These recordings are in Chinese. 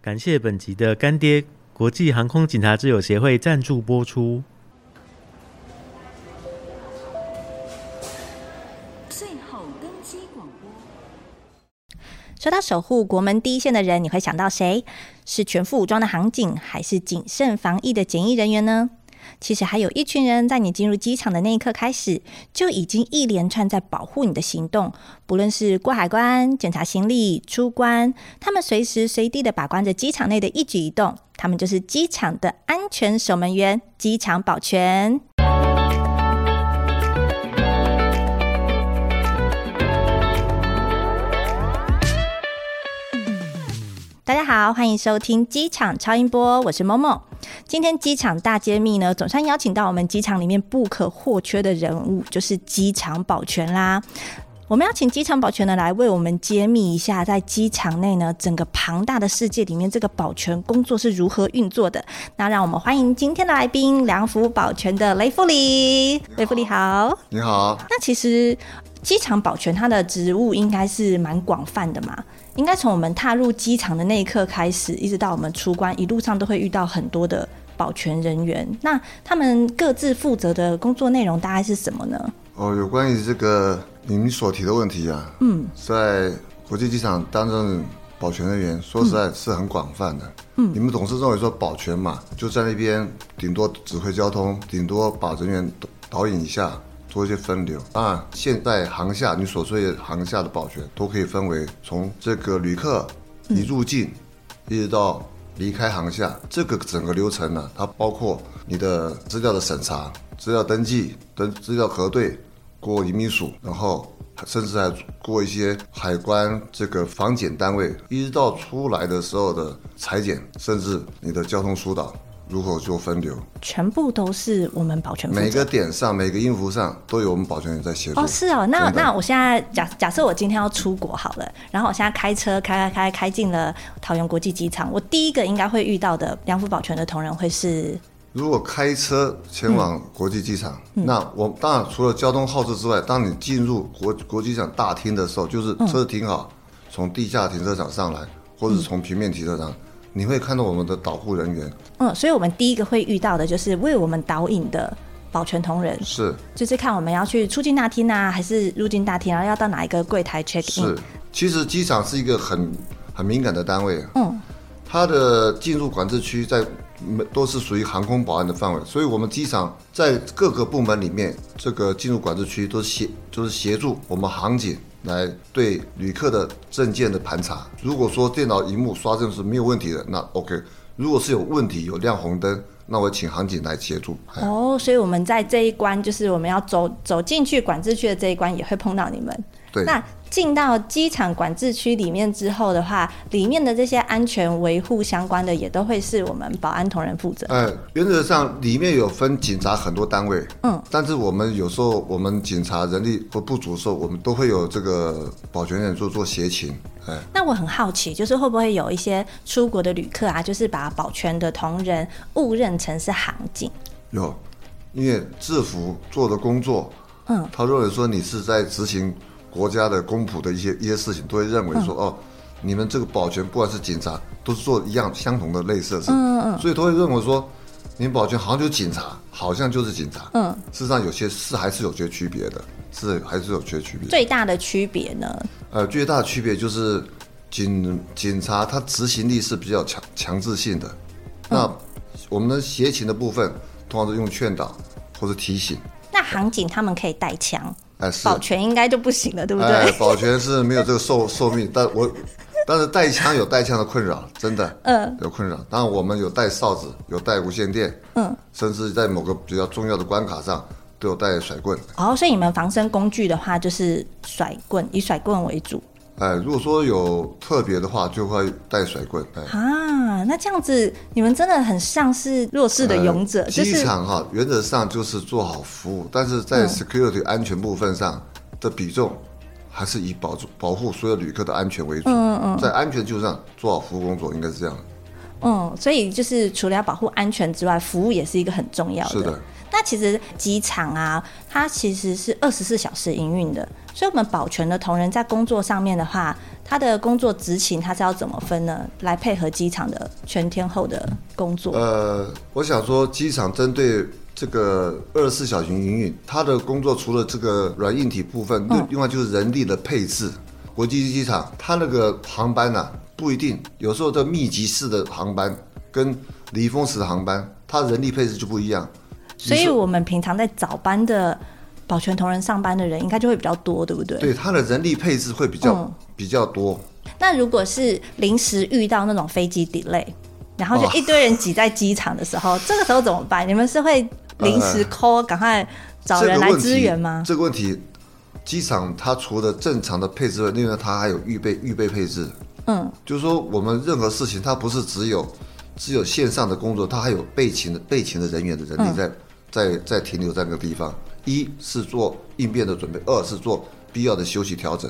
感谢本集的干爹国际航空警察之友协会赞助播出。最后登机广播。说到守护国门第一线的人，你会想到谁？是全副武装的航警，还是谨慎防疫的检疫人员呢？其实还有一群人，在你进入机场的那一刻开始，就已经一连串在保护你的行动，不论是过海关、检查行李、出关，他们随时随地的把关着机场内的一举一动，他们就是机场的安全守门员，机场保全。大家好，欢迎收听机场超音波，我是某某。今天机场大揭秘呢，总算邀请到我们机场里面不可或缺的人物，就是机场保全啦。我们要请机场保全呢来为我们揭秘一下，在机场内呢整个庞大的世界里面，这个保全工作是如何运作的。那让我们欢迎今天的来宾，良福保全的雷富里。雷富里好。你好，那其实机场保全它的职务应该是蛮广泛的嘛，应该从我们踏入机场的那一刻开始，一直到我们出关，一路上都会遇到很多的保全人员。那他们各自负责的工作内容大概是什么呢？哦，有关于这个您所提的问题啊，嗯，在国际机场担任保全人员，说实在是很广泛的，嗯，你们总是认为说保全嘛，就在那边顶多指挥交通，顶多把人员导导引一下，做一些分流。当然，现在航厦你所说的航厦的保全都可以分为从这个旅客一入境，一直到离开航厦，这个整个流程呢、它包括你的资料的审查、资料登记、登资料核对，过移民署，然后甚至还过一些海关这个防检单位，一直到出来的时候的裁剪，甚至你的交通疏导如何做分流，全部都是我们保全负每责。个点上、每个音符上都有我们保全员在协助。哦，是哦，那真的那我现在假假设我今天要出国好了，然后我现在开车开开开开进了桃园国际机场，我第一个应该会遇到的良福保全的同仁会是如果开车前往国际机场，那我当然除了交通号志之外，当你进入国国际机场大厅的时候，就是车子停好，从地下停车场上来，或者从平面停车场，你会看到我们的导护人员嗯，所以我们第一个会遇到的就是为我们导引的保全同仁，是就是看我们要去出境大厅啊，还是入境大厅啊，然后要到哪一个柜台 check in 是。，其实机场是一个很很敏感的单位，啊嗯，它的进入管制区在嗯都是属于航空保安的范围，所以我们机场在各个部门里面，这个进入管制区都是协就是协助我们航警来对旅客的证件的盘查。如果说电脑荧幕刷证是没有问题的，那 OK；如果是有问题有亮红灯，那我请航警来协助。哎哦，所以我们在这一关，就是我们要走走进去管制区的这一关，也会碰到你们。对，那进到机场管制区里面之后的话，里面的这些安全维护相关的，也都会是我们保安同仁负责。呃，原则上里面有分警察很多单位，嗯，但是我们有时候我们警察人力不不足的时候，我们都会有这个保全人做做协勤，哎，那我很好奇，就是会不会有一些出国的旅客啊，就是把保全的同仁误认成是航警？有，因为制服做的工作，嗯，他认为说你是在执行国家的公仆的一些一些事情，都会认为说、哦，你们这个保全不管是警察，都是做一样相同的类似的事，嗯嗯，所以都会认为说，你们保全好像就是警察，好像就是警察，嗯，事实上有些是还是有些区别的，是还是有些区别的。最大的区别呢？呃，最大的区别就是警警察他执行力是比较强强制性的，嗯那我们的协勤的部分通常是用劝导或者提醒，那航警他们可以带枪，哎、是保全应该就不行了，对不对？哎、保全是没有这个寿寿命，但我但是带枪有带枪的困扰，真的，嗯，有困扰。当然我们有带哨子，有带无线电，嗯，甚至在某个比较重要的关卡上都有带甩棍，哦，所以你们防身工具的话，就是甩棍，以甩棍为主哎、如果说有特别的话，就会带甩棍，哎、啊。那这样子，你们真的很像是弱势的勇者，呃就机是场哈，原则上就是做好服务，但是嗯在 security 安全部分上的比重，还是以保住保护所有旅客的安全为主。嗯嗯，在安全基础上做好服务工作，应该是这样。嗯，所以就是除了要保护安全之外，服务也是一个很重要的。是的那其实机场啊，它其实是二十四小时营运的，所以我们保全的同仁在工作上面的话，他的工作执勤他是要怎么分呢？来配合机场的全天候的工作。呃，我想说，机场针对这个二十四小时营运，它的工作除了这个软硬体部分，嗯另、另外就是人力的配置。国际机场它那个航班呐、不一定，有时候的密集式的航班跟离峰时的航班，它人力配置就不一样。所以你说我们平常在早班的保全同仁上班的人，应该就会比较多，对不对？对它的人力配置会比较、嗯比较多。那如果是临时遇到那种飞机 delay，然后就哦一堆人挤在机场的时 候，这个时候怎么办？你们是会临时 call 赶快找这人个来问支题，援吗？嗯这个问题，机场它除了正常的配置外，另外它还有预备预备配置。嗯，就是说我们任何事情，它不是只有只有线上的工作，它还有备勤的备勤的人员的人力嗯在、在在停留在那个地方。一是做应变的准备，二是做必要的休息调整。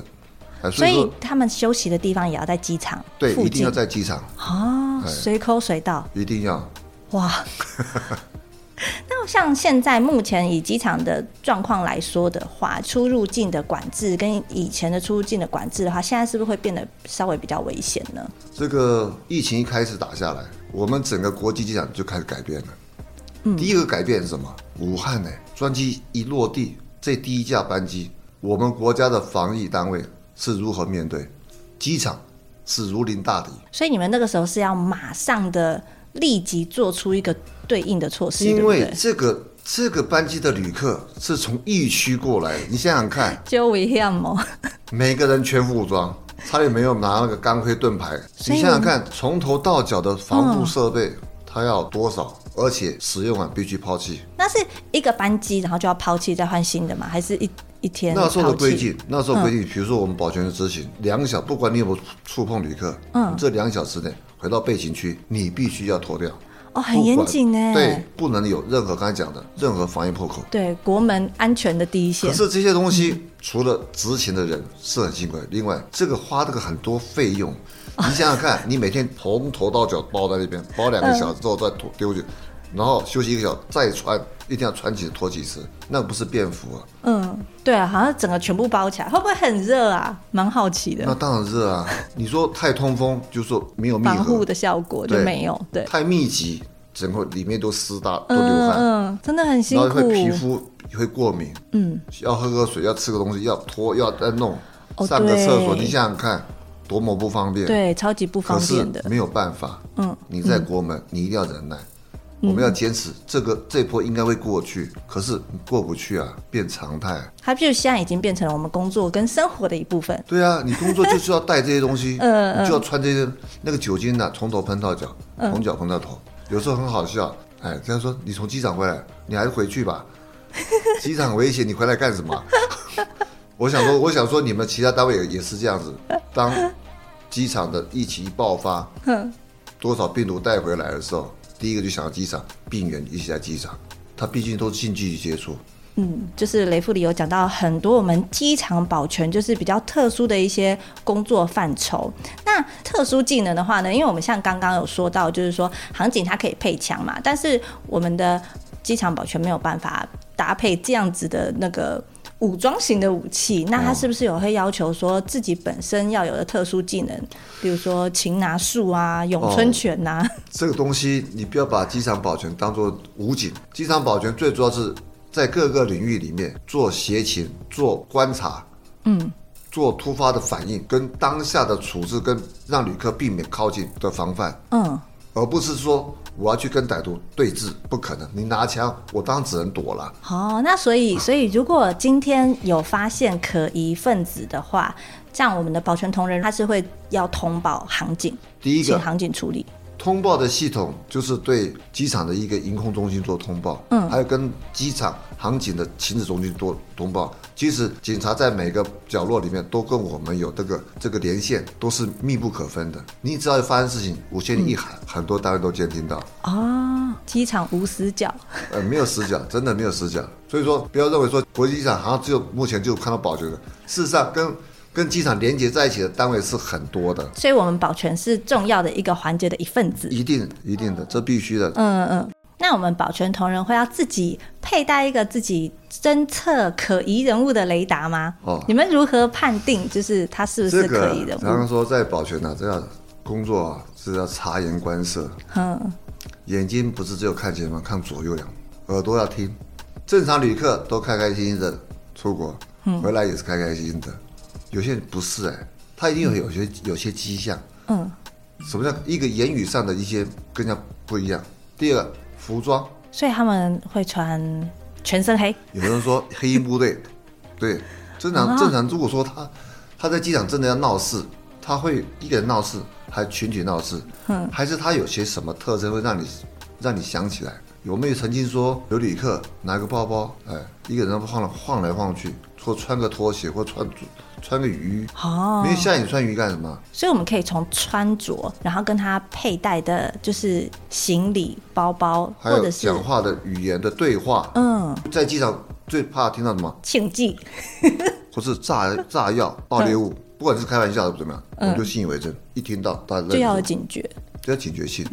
啊，所以以说他们休息的地方也要在机场对，附一定近要在哎机场，哦，随抠随到一定要。 哇。那像现在目前以机场的状况来说的话，出入境的管制跟以前的出入境的管制的话，现在是不是会变得稍微比较危险呢？这个疫情一开始打下来，我们整个国际机场就开始改变了。嗯第一个改变是什么？武汉呢、专机一落地，这第一架班机，我们国家的防疫单位是如何面对？机场是如临大敌，所以你们那个时候是要马上的立即做出一个对应的措施，对因不为对？这个这个班机的旅客是从疫区过来的，你想想看，就一样嘛，每个人全副武装，差点没有拿那个钢盔盾牌。所以嗯我们你想想看，从头到脚的防护设备，它要多少？而且使用完必须抛弃。那是一个班机，然后就要抛弃再换新的吗？还是一一天那时候抛的规弃？嗯定，那时候规定，比如说我们保全的执行两小，不管你有没有触碰旅客，嗯，这两小时内回到备勤区，你必须要脱掉，哦，很严谨不管呢。对，不能有任何刚才讲的任何防疫破口。对，国门安全的第一线可。是这些东嗯西，除了执勤的人是很辛苦的，另外这个花这个很多费用，你想想看，你每天从头到脚包在那边，包嗯两个小时之后再脱丢去，然后休息一个小时再穿，一定要穿几次脱几次，那不是便服啊。嗯，对啊，好像整个全部包起来，会不会很热啊？蛮好奇那的，当然热 啊！你说太通风，就说没有密防合护的效果就对没有。对，太密集，整个里面都湿哒，都流嗯汗，嗯，真的很辛然后会苦。皮肤会过敏，嗯，要喝个水，要吃个东西，要拖，要再弄，哦上个厕所，对你想想看，多么不方便。，对，超级不可方是便的。没有办法，嗯，你在国门，你一定要忍耐。嗯我们要坚持，这个这波应该会过去，可是过不去啊，变常态。它就现在已经变成了我们工作跟生活的一部分。对啊，你工作就是要带这些东西，你就要穿这些那个酒精呢、从头喷到脚，从脚喷到头。有时候很好笑，哎，这样说你从机场回来，你还是回去吧，机场危险，你回来干什么？ 我想说，我想说，你们其他单位也也是这样子，当机场的疫情一爆发，多少病毒带回来的时候，第一个就想到机场，病源一起在机场，他毕竟都是近距离接触，嗯，就是雷副理有讲到很多我们机场保全就是比较特殊的一些工作范畴。那特殊技能的话呢，因为我们像刚刚有说到，就是说航警它可以配枪嘛，但是我们的机场保全没有办法搭配这样子的那个。武装型的武器，那它是不是有会要求说自己本身要有的特殊技能，比如说擒拿术啊、咏春拳啊呐、这个东西，你不要把机场保全当做武警。机场保全最主要是在各个领域里面做协勤、做观察，嗯，做突发的反应，跟当下的处置，跟让旅客避免靠近的防范，嗯，而不是说我要去跟歹徒对峙，不可能。你拿枪，我当然只能躲了。哦，那所以，所以如果今天有发现可疑分子的话，这样我们的保全同仁他是会要通报航警，第一请个，航警处理。通报的系统就是对机场的一个营控中心做通报，嗯，还有跟机场航警的情治中心做通报。其实警察在每个角落里面都跟我们有这个这个连线，都是密不可分的。你只要发生事情，无线一喊，很多单位都监听到，哦，机场无死角，呃，没有死角，真的没有死角。所以说，不要认为说国际机场好像只有目前就看到保全的，事实上跟跟机场连接在一起的单位是很多的，所以我们保全是重要的一个环节的一份子。一定一定的，这必须的。嗯嗯。那那我们保全同仁会要自己佩戴一个自己侦测可疑人物的雷达吗？哦你们如何判定就是他是不是这可嗯个疑人物？刚刚说在保全呢、啊，这个工作啊是要察言观色，嗯，眼睛不是只有看前方，看左右两，耳朵要听。正常旅客都开开心心的出国，嗯回来也是开开心心的。有些人不是哎、他一定有有些有些迹象。嗯，什么叫一个言语上的一些跟人家不一样？第二个服装，所以他们会穿全身黑，有人说黑鹰部队，对，正啊常正常。如果说他他在机场真的要闹事，他会一个人闹事，还群体闹事，还是他有些什么特征会让你让你想起来？我们也曾经说有旅客拿个包包，哎，一个人晃来晃来晃去，或穿个拖鞋，或穿穿个雨衣，哦因为下雨穿雨衣干什么？所以我们可以从穿着，然后跟他佩戴的就是行李、包包，还或有者是讲话的语言的对话，嗯，在机场最怕听到什么？庆忌，或是炸炸药、爆裂物，不管是开玩笑还是怎么样，我们就信以为真。一听到大家就要有认识警觉。就要警觉性。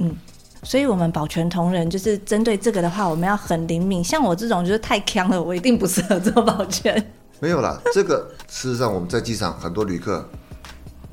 所以，我们保全同仁就是针对这个的话，我们要很灵敏。像我这种就是太强了，我一定不适合做保全。 没有啦，这个事实上我们在机场很多旅客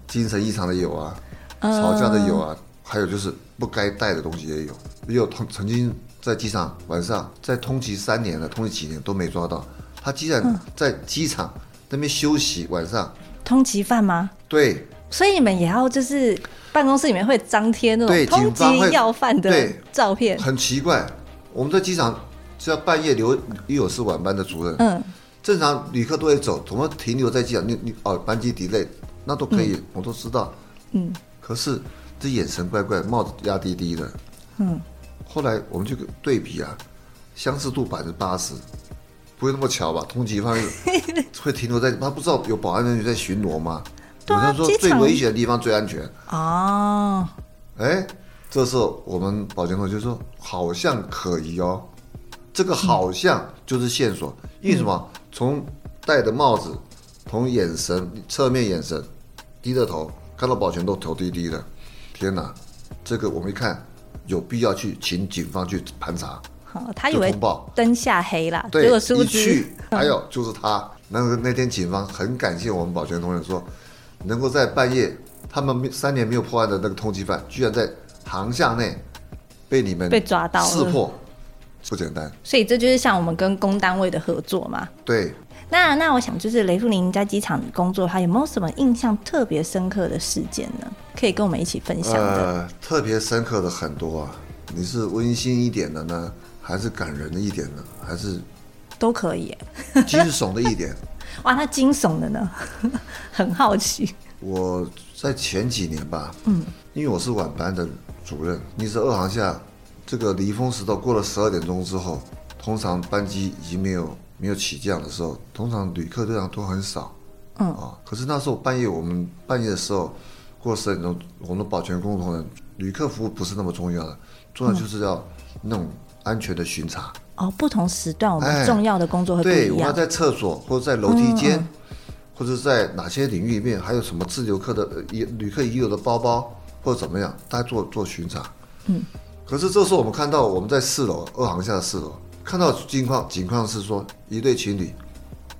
精神异常的有啊，吵架的有啊，还有就是不该带的东西也有。也有同曾经在机场晚上在通缉三年了，通缉几年都没抓到。他既然在机场那边休息，晚上通缉犯吗？对所以你们也要就是办公室里面会张贴那种对通警方缉会要犯的对照片。很奇怪，我们在机场只要半夜留也有是晚班的主任，嗯，正常旅客都会走，怎么停留在机场？你你哦，班机 delay 那都可以，我都知道。嗯，可是这眼神怪怪，帽子压低低的。嗯，后来我们就对比啊，相似度百分之八十，不会那么巧吧？通缉犯 会停留在他不知道有保安人员在巡逻吗？对啊好像说机最场危险的地方最安全。哦，哎，这时候我们保监同学说好像可疑哦，这个好像就是线索，嗯因为什么？从戴的帽子，从眼神侧面眼神，低着头，看到保全都头低低的，天哪，这个我们一看有必要去请警方去盘查，好，他以就为通报灯下黑啦，啊结对果殊不，一知啊去，还有就是他。那个那天警方很感谢我们保全同仁说，能够在半夜，他们没三年没有破案的那个通缉犯，居然在航厦内被你们被抓到了识破，不简单。所以这就是像我们跟公单位的合作嘛。对，那那我想就是雷富林在机场工作，他有没有什么印象特别深刻的事件呢？可以跟我们一起分享的。呃，特别深刻的很多啊。你是温馨一点的呢，还是感人的一点呢，还是都可以耶。惊悚的一点？哇，那惊悚的呢？ 很好奇。我在前几年吧，嗯，因为我是晚班的主任，你是二航下，这个离峰时段过了十二点钟之后，通常班机已经没有没有起降的时候，通常旅客对象都很少，嗯啊，可是那时候半夜我们半夜的时候过十二点钟，我们保全工作同仁，旅客服务不是那么重要的，重要就是要那种安全的巡查，哦，不同时段我们哎重要的工作会不对，一我要样。嗯在厕所或者在楼梯间，或者在哪些领域里面，还有什么自由客的呃也旅客已有的包包或者怎么样，大家做做巡查。嗯。可是这时候我们看到我们在四楼二航下的四楼看到情况，情况是说一对情侣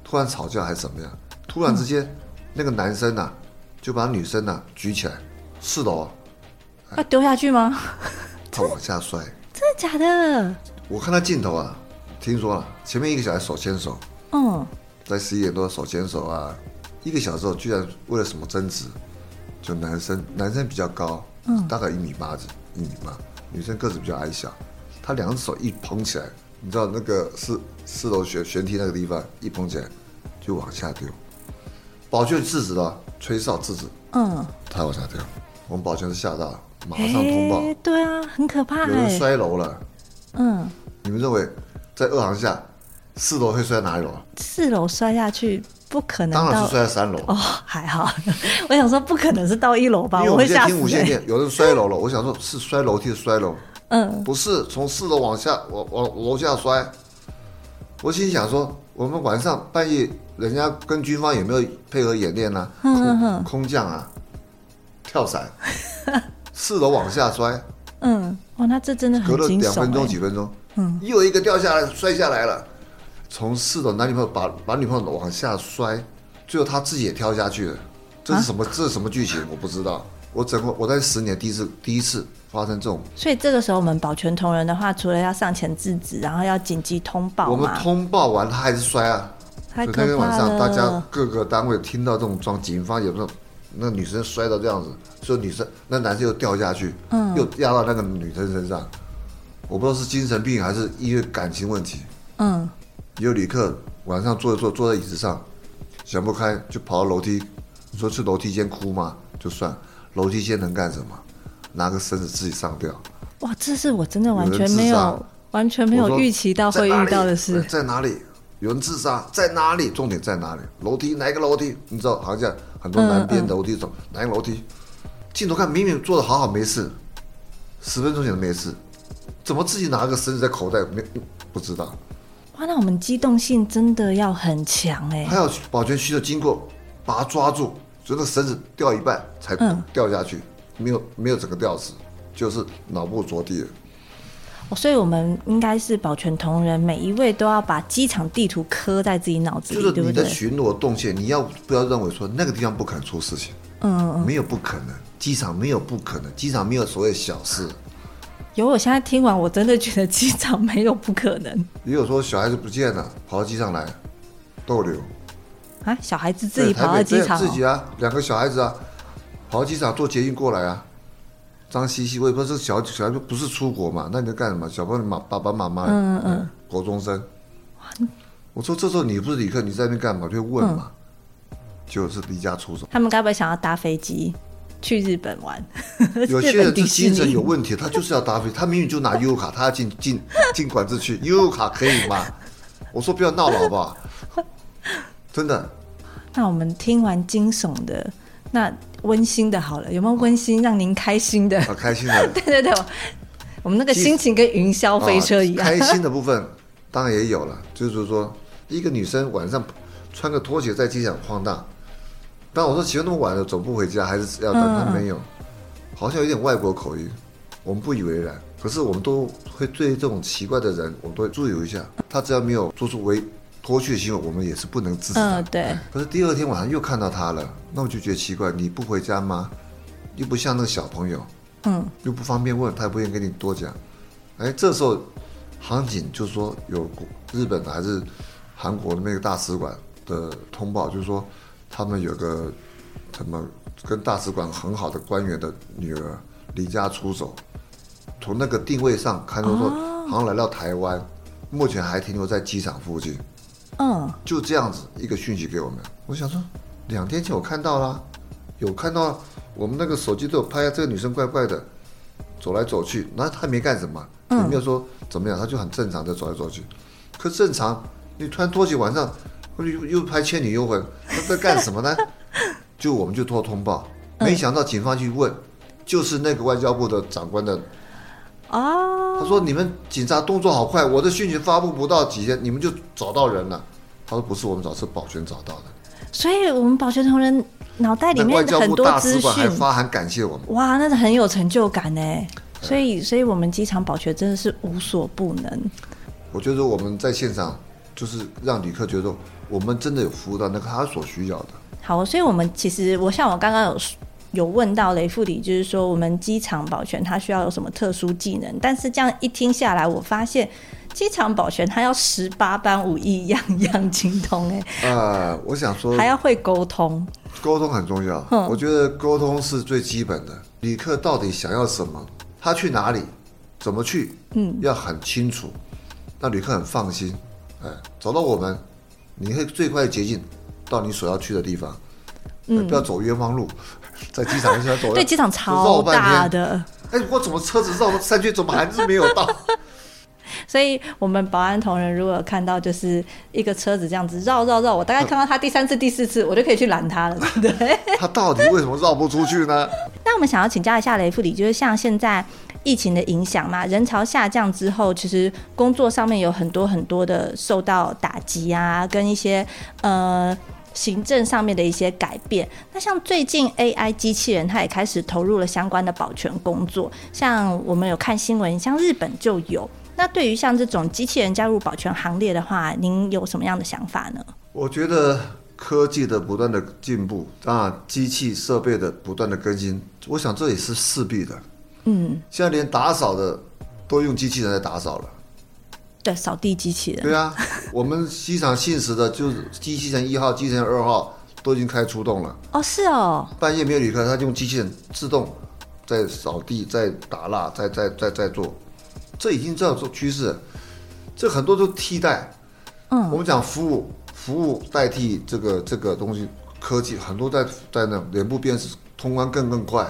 突然吵架还是怎么样，突然之间、嗯那个男生呐、就把女生呐、举起来，四楼啊要丢下去吗？他往下摔。真的假的？我看他镜头啊，听说了前面一个小孩手牵手。嗯，在十一点多手牵手啊，一个小时后居然为了什么争执，就男生男生比较高，大概一米八几一米八，女生个子比较矮小，她两只手一捧起来，你知道那个四四楼悬悬梯那个地方一捧起来就往下丢，保全制止了，吹哨制止， 嗯，他往下丢，我们保全是吓到了，马哎，上通报，对啊，很可怕有人哎。摔楼了，嗯，你们认为在二航下四楼会摔哪一楼啊？四楼摔下去不可能当然到是摔在三楼。哦，还好。 我想说，不可能是到一楼吧？因为我我会们现吓在死、听无线欸。电，有人摔楼了，我想说是摔楼梯摔楼，嗯，不是从四楼往下往往楼下摔。我心想说，我们晚上半夜，人家跟军方有没有配合演练呢、空空降啊，跳伞， 四楼往下摔，嗯，哇，那这真的隔很了惊悚、两欸。分钟几分钟，嗯，又一个掉下来摔下来了，从四楼男女朋友把把女朋友往下摔，最后他自己也跳下去了，这啊是什么、这是什么剧情我不知道，我整个我在十年第一次第一次发生这种，所以这个时候我们保全同仁的话，除了要上前制止，然后要紧急通报我们嘛，通报完他还是摔啊，太所以可那天晚怕上，大家了。各个单位听到这种状，警方有时候那女生摔到这样子，所以女生那男生又掉下去，嗯，又压到那个女生身上，我不知道是精神病还是因为感情问题。嗯，有旅客晚上坐一坐，坐在椅子上，想不开就跑到楼梯，你说去楼梯间哭吗？就算，楼梯间能干什么？拿个绳子自己上吊。哇，这是我真的完有人全自没有杀完全没我有说预期到会遇到的事。哎在哪里？在哪 里有人自杀，在哪里？重点在哪里？楼梯哪一个楼梯？你知道，好像很多南边的楼梯走、嗯哪一个楼梯？镜头看，明明做的好好没事，十分钟前都没事，怎么自己拿个绳子在口袋？没不知道。哇，那我们机动性真的要很强哎、还有保全需求经过，把他抓住，所以那绳子掉一半才嗯掉下去，没有没有整个吊死，就是脑部着地了。哦所以我们应该是保全同仁，每一位都要把机场地图刻在自己脑子就里，是对不你的对？巡逻动线，你要不要认为说那个地方不可能出事情？嗯，没有不可能，机场没有不可能，机场没有所谓小事。有，我现在听完，我真的觉得机场没有不可能也有说小孩子不见了，跑到机场来逗留，啊！小孩子自己在台跑到北机场、对自己哦，啊，两个小孩子啊，跑到机场坐捷运过来啊。脏兮兮，我也不知道这小小孩子不是出国嘛？那你在干什么？小朋友妈爸爸妈妈，嗯嗯，国中生。我说这时候你不是旅客，你在那边干嘛？就问嘛，嗯就是离家出走。他们该不会想要搭飞机去日本玩？ 有些日本人迪就士精神尼有问题，他就是要搭飞，他明明就拿 U 卡，他要进进进管制区，U 卡可以吗？我说不要闹了好不好？真的，那我们听完惊悚的，那温馨的好了，有没有温馨让您开心的？，好啊开心的 对对对，我我们那个其实心情跟云霄 飞车一样。啊开心的部分当然也有了，就是说一个女生晚上穿个拖鞋在机场晃荡，但我说骑得那么晚了，总不回家，还是要等。她没有，嗯好像有点外国口音，我们不以为然。可是我们都会对这种奇怪的人，我们都会注意一下。他只要没有做出违脱去的行为，我们也是不能制止他。嗯，对，可是第二天晚上又看到他了，那我就觉得奇怪，你不回家吗？又不像那个小朋友，嗯，又不方便问，他也不愿意跟你多讲。哎，这时候航警就说有国日本的还是韩国的那个大使馆的通报，就是说他们有个什么跟大使馆很好的官员的女儿离家出走，从那个定位上看到说好像来到台湾，目前还停留在机场附近。嗯，就这样子一个讯息给我们。我想说，两天前我看到啦，有看到我们那个手机都有拍啊，这个女生怪怪的，走来走去，那她没干什么，也没有说怎么样，她就很正常的走来走去。可正常，你突然拖起晚上，又又拍《倩女幽魂》，那在干什么呢？就我们就做通报，没想到警方去问，就是那个外交部的长官的哦，他说：“你们警察动作好快，我的讯息发布不到几天，你们就找到人了。”他说：“不是我们找，是保全找到的。所以我们保全同仁脑袋”里那外面交很部多大资使馆还讯，发函感谢我们。哇，那是很有成就感哎。所以，所以我们机场保全真的是无所不能。我觉得我们在现场就是让旅客觉得我们真的有服务到那个他所需要的。好，所以我们其实我像我刚刚有说有问到雷副理，就是说我们机场保全它需要有什么特殊技能，但是这样一听下来，我发现机场保全它要十八般武艺，样样精通、呃，我想说哎，，还要会沟通，沟通很重要。我觉得沟通是最基本的。旅客到底想要什么？他去哪里？怎么去？嗯，要很清楚，让旅客很放心。哎，找到我们，你会最快捷径到你所要去的地方。嗯，不要走冤枉路， 在机场一下走对机场超大。的，绕半天哎，我怎么车子绕了三圈，怎么还是没 有到？所以我们保安同仁如果看到就是一个车子这样子绕绕绕，我大概看到他第三次、第四次，我就可以去拦他了，对不对？他到底为什么绕不出去呢？那我们想要请教一下雷副理，就是像现在疫情的影响嘛，人潮下降之后，其实工作上面有很多很多的受到打击啊，跟一些呃行政上面的一些改变。那像最近 AI 机器人，它也开始投入了相关的保全工作，像我们有看新闻，像日本就有。那对于像这种机器人加入保全行列的话，您有什么样的想法呢？我觉得科技的不断的进步啊，机器设备的不断的更新，我想这也是势必的。嗯，现在连打扫的都用机器人来打扫了。对，扫地机器人，对啊，我们机场信实的就是机器人一号、机器人二号都已经开出动了，哦，是哦，半夜没有旅客，他就用机器人自动在扫地、在打蜡、在在在在做，这已经叫做趋势，这很多都替代。嗯，我们讲服务，服务代替这个这个东西，科技很多在在那脸部辨识，通关更更快。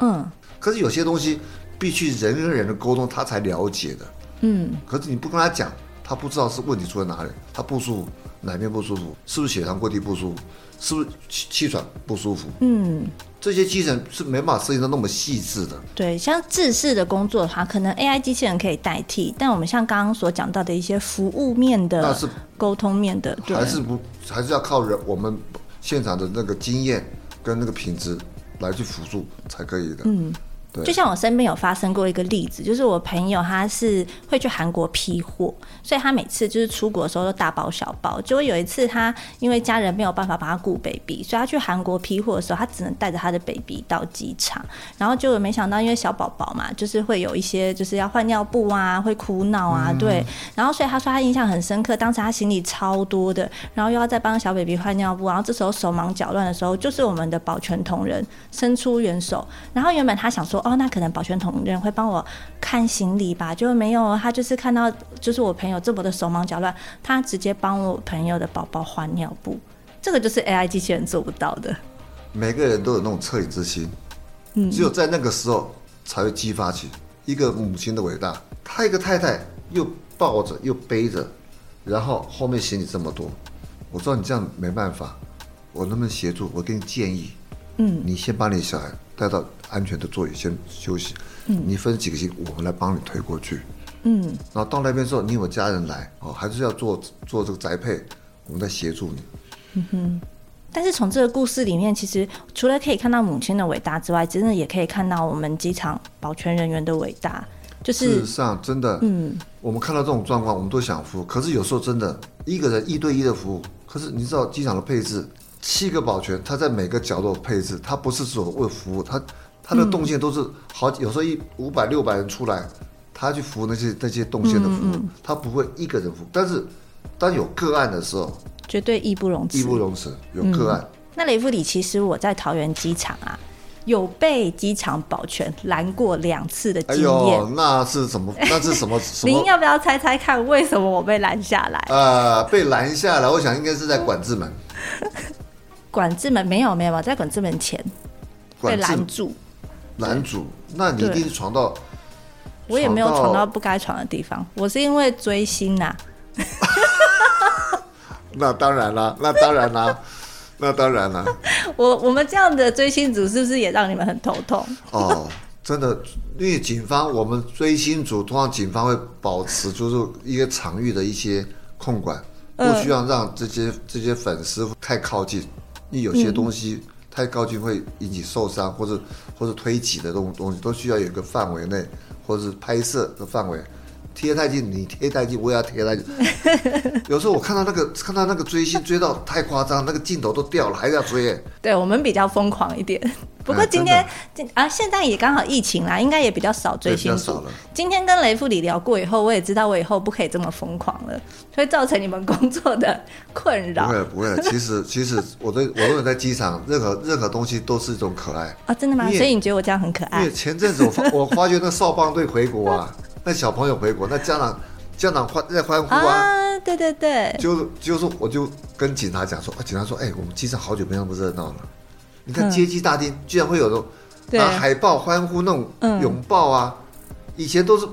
嗯，可是有些东西必须人跟人的沟通，他才了解的。嗯，可是你不跟他讲，他不知道是问题出在哪里，他不舒服，哪边不舒服，是不是血糖过低不舒服，是不是气气喘不舒服？嗯，这些基层是没办法设计到那么细致的。对，像制式的工作的话，可能 AI 机器人可以代替，但我们像刚刚所讲到的一些服务面那的是、沟通面的，对，还是不还是要靠人我们现场的那个经验跟那个品质来去辅助才可以的。嗯，对就像我身边有发生过一个例子，就是我朋友他是会去韩国批货，所以他每次就是出国的时候都大包小包。结果有一次他因为家人没有办法帮他顾 baby，所以他去韩国批货的时候，他只能带着他的 baby 到机场。然后结果没想到，因为小宝宝嘛，就是会有一些就是要换尿布啊，会哭闹啊，嗯对。然后所以他说他印象很深刻，当时他行李超多的，然后又要再帮小 baby 换尿布，然后这时候手忙脚乱的时候，就是我们的保全同仁伸出援手，然后原本他想说哦，那可能保全同仁会帮我看行李吧，就没有，他就是看到就是我朋友这么的手忙脚乱，他直接帮我朋友的宝宝换尿布，这个就是 AI 机器人做不到的。每个人都有那种恻隐之心，只有在那个时候才会激发起一个母亲的伟大。她一个太太又抱着又背着，然后后面行李这么多，我知道你这样没办法，我能不能协助？我给你建议，嗯，你先把你小孩带到安全的座椅先休息，嗯，你分几个星，我们来帮你推过去，嗯，然后到那边之后，你有家人来哦，还是要做做这个宅配，我们再协助你。但是从这个故事里面，其实除了可以看到母亲的伟大之外，真的也可以看到我们机场保全人员的伟大，就事是实上，真的，嗯，我们看到这种状况，我们都想服务。可是有时候真的，一个人一对一的服务，可是你知道机场的配置，七个保全，他在每个角落配置，他不是只有为服务，他他的动线都是好，有时候一五百六百人出来，他去服务那些那些动线的嗯服务，他不会一个人服务。但是当有个案的时候，绝对义不容辞。义不容辞，有嗯个案。那雷夫里，其实我在桃园机场啊，有被机场保全拦过两次的哎经验。呦，那是什么？那是什么什 么您？要不要猜猜看，为什么我被拦下来？呃，被拦下来，我想应该是在管制门，管制门没有没有，在管制门前被管制拦住，男主，那你一定是闯到我也没有闯闯到到不该闯的地方。我是因为追星啊呐、那当然啦，那当然啦，那当然啦。我我们这样的追星族是不是也让你们很头痛？哦，真的，因为警方我们追星族通常警方会保持就是一个场域的一些控管，不需要让这些这些粉丝太靠近，因为有些东西太靠近会引起受伤或者或者推挤的东东西，都需要有一个范围内，或者是拍摄的范围。贴太近，你贴太近，我也要贴太近。有时候我看到那个看到那个追星追到太夸张，那个镜头都掉了，还要追、哎对我们比较疯狂一点。 不过今天、今啊，现在也刚好疫情啦，应该也比较少追星对比较族少了。今天跟雷副理聊过以后，我也知道我以后不可以这么疯狂了，会造成你们工作的困不扰会不会，其实其实我对我认为在机场任何任何东西都是一种可爱。啊！真的吗？因为所以你觉得我这样很可因爱为？前阵子我发我发觉那少棒队回国啊，那小朋友回国，那家长家长欢在欢呼啊，啊，对对对，就就是我就跟警察讲说，啊，警察说，哎，我们机场好久没那么热闹了，你看街机大厅居然会有那种嗯对拿海报欢呼那种嗯拥抱啊，以前都是，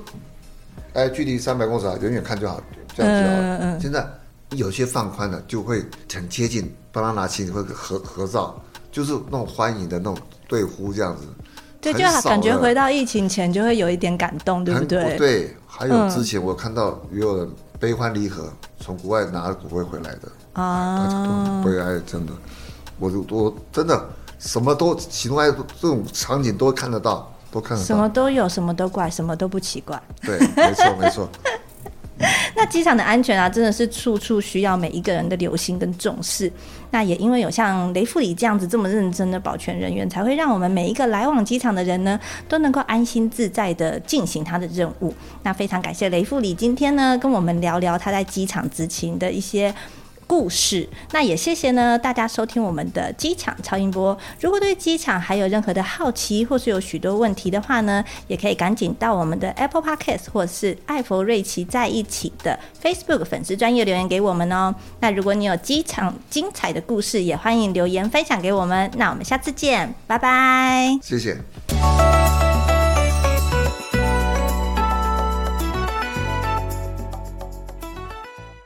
哎，距离三百公尺啊，远远看就好，这样就好嗯嗯嗯了。现在有些放宽了，就会很接近，帮他拿行李会合合照，就是那种欢迎的那种对呼这样子。对，很就好少感觉了回到疫情前就会有一点感动，对不很对？对，还有嗯之前我看到也有人悲欢离合，从国外拿骨灰回来的，大家都啊很，悲哀，真的。我就我真的什么都喜怒哀乐这种场景都看得到，都看得什么到。都有，什么都怪，什么都不奇怪。对，没错没错。那机场的安全啊，真的是处处需要每一个人的留心跟重视。那也因为有像雷富里这样子这么认真的保全人员，才会让我们每一个来往机场的人呢，都能够安心自在的进行他的任务。那非常感谢雷富里今天呢，跟我们聊聊他在机场执勤的一些。故事，那也谢谢呢，大家收听我们的机场超音波。如果对机场还有任何的好奇，或是有许多问题的话呢，也可以赶紧到我们的 Apple Podcast 或是艾佛瑞奇在一起的 Facebook 粉丝专业留言给我们哦。那如果你有机场精彩的故事，也欢迎留言分享给我们。那我们下次见，拜拜。谢谢。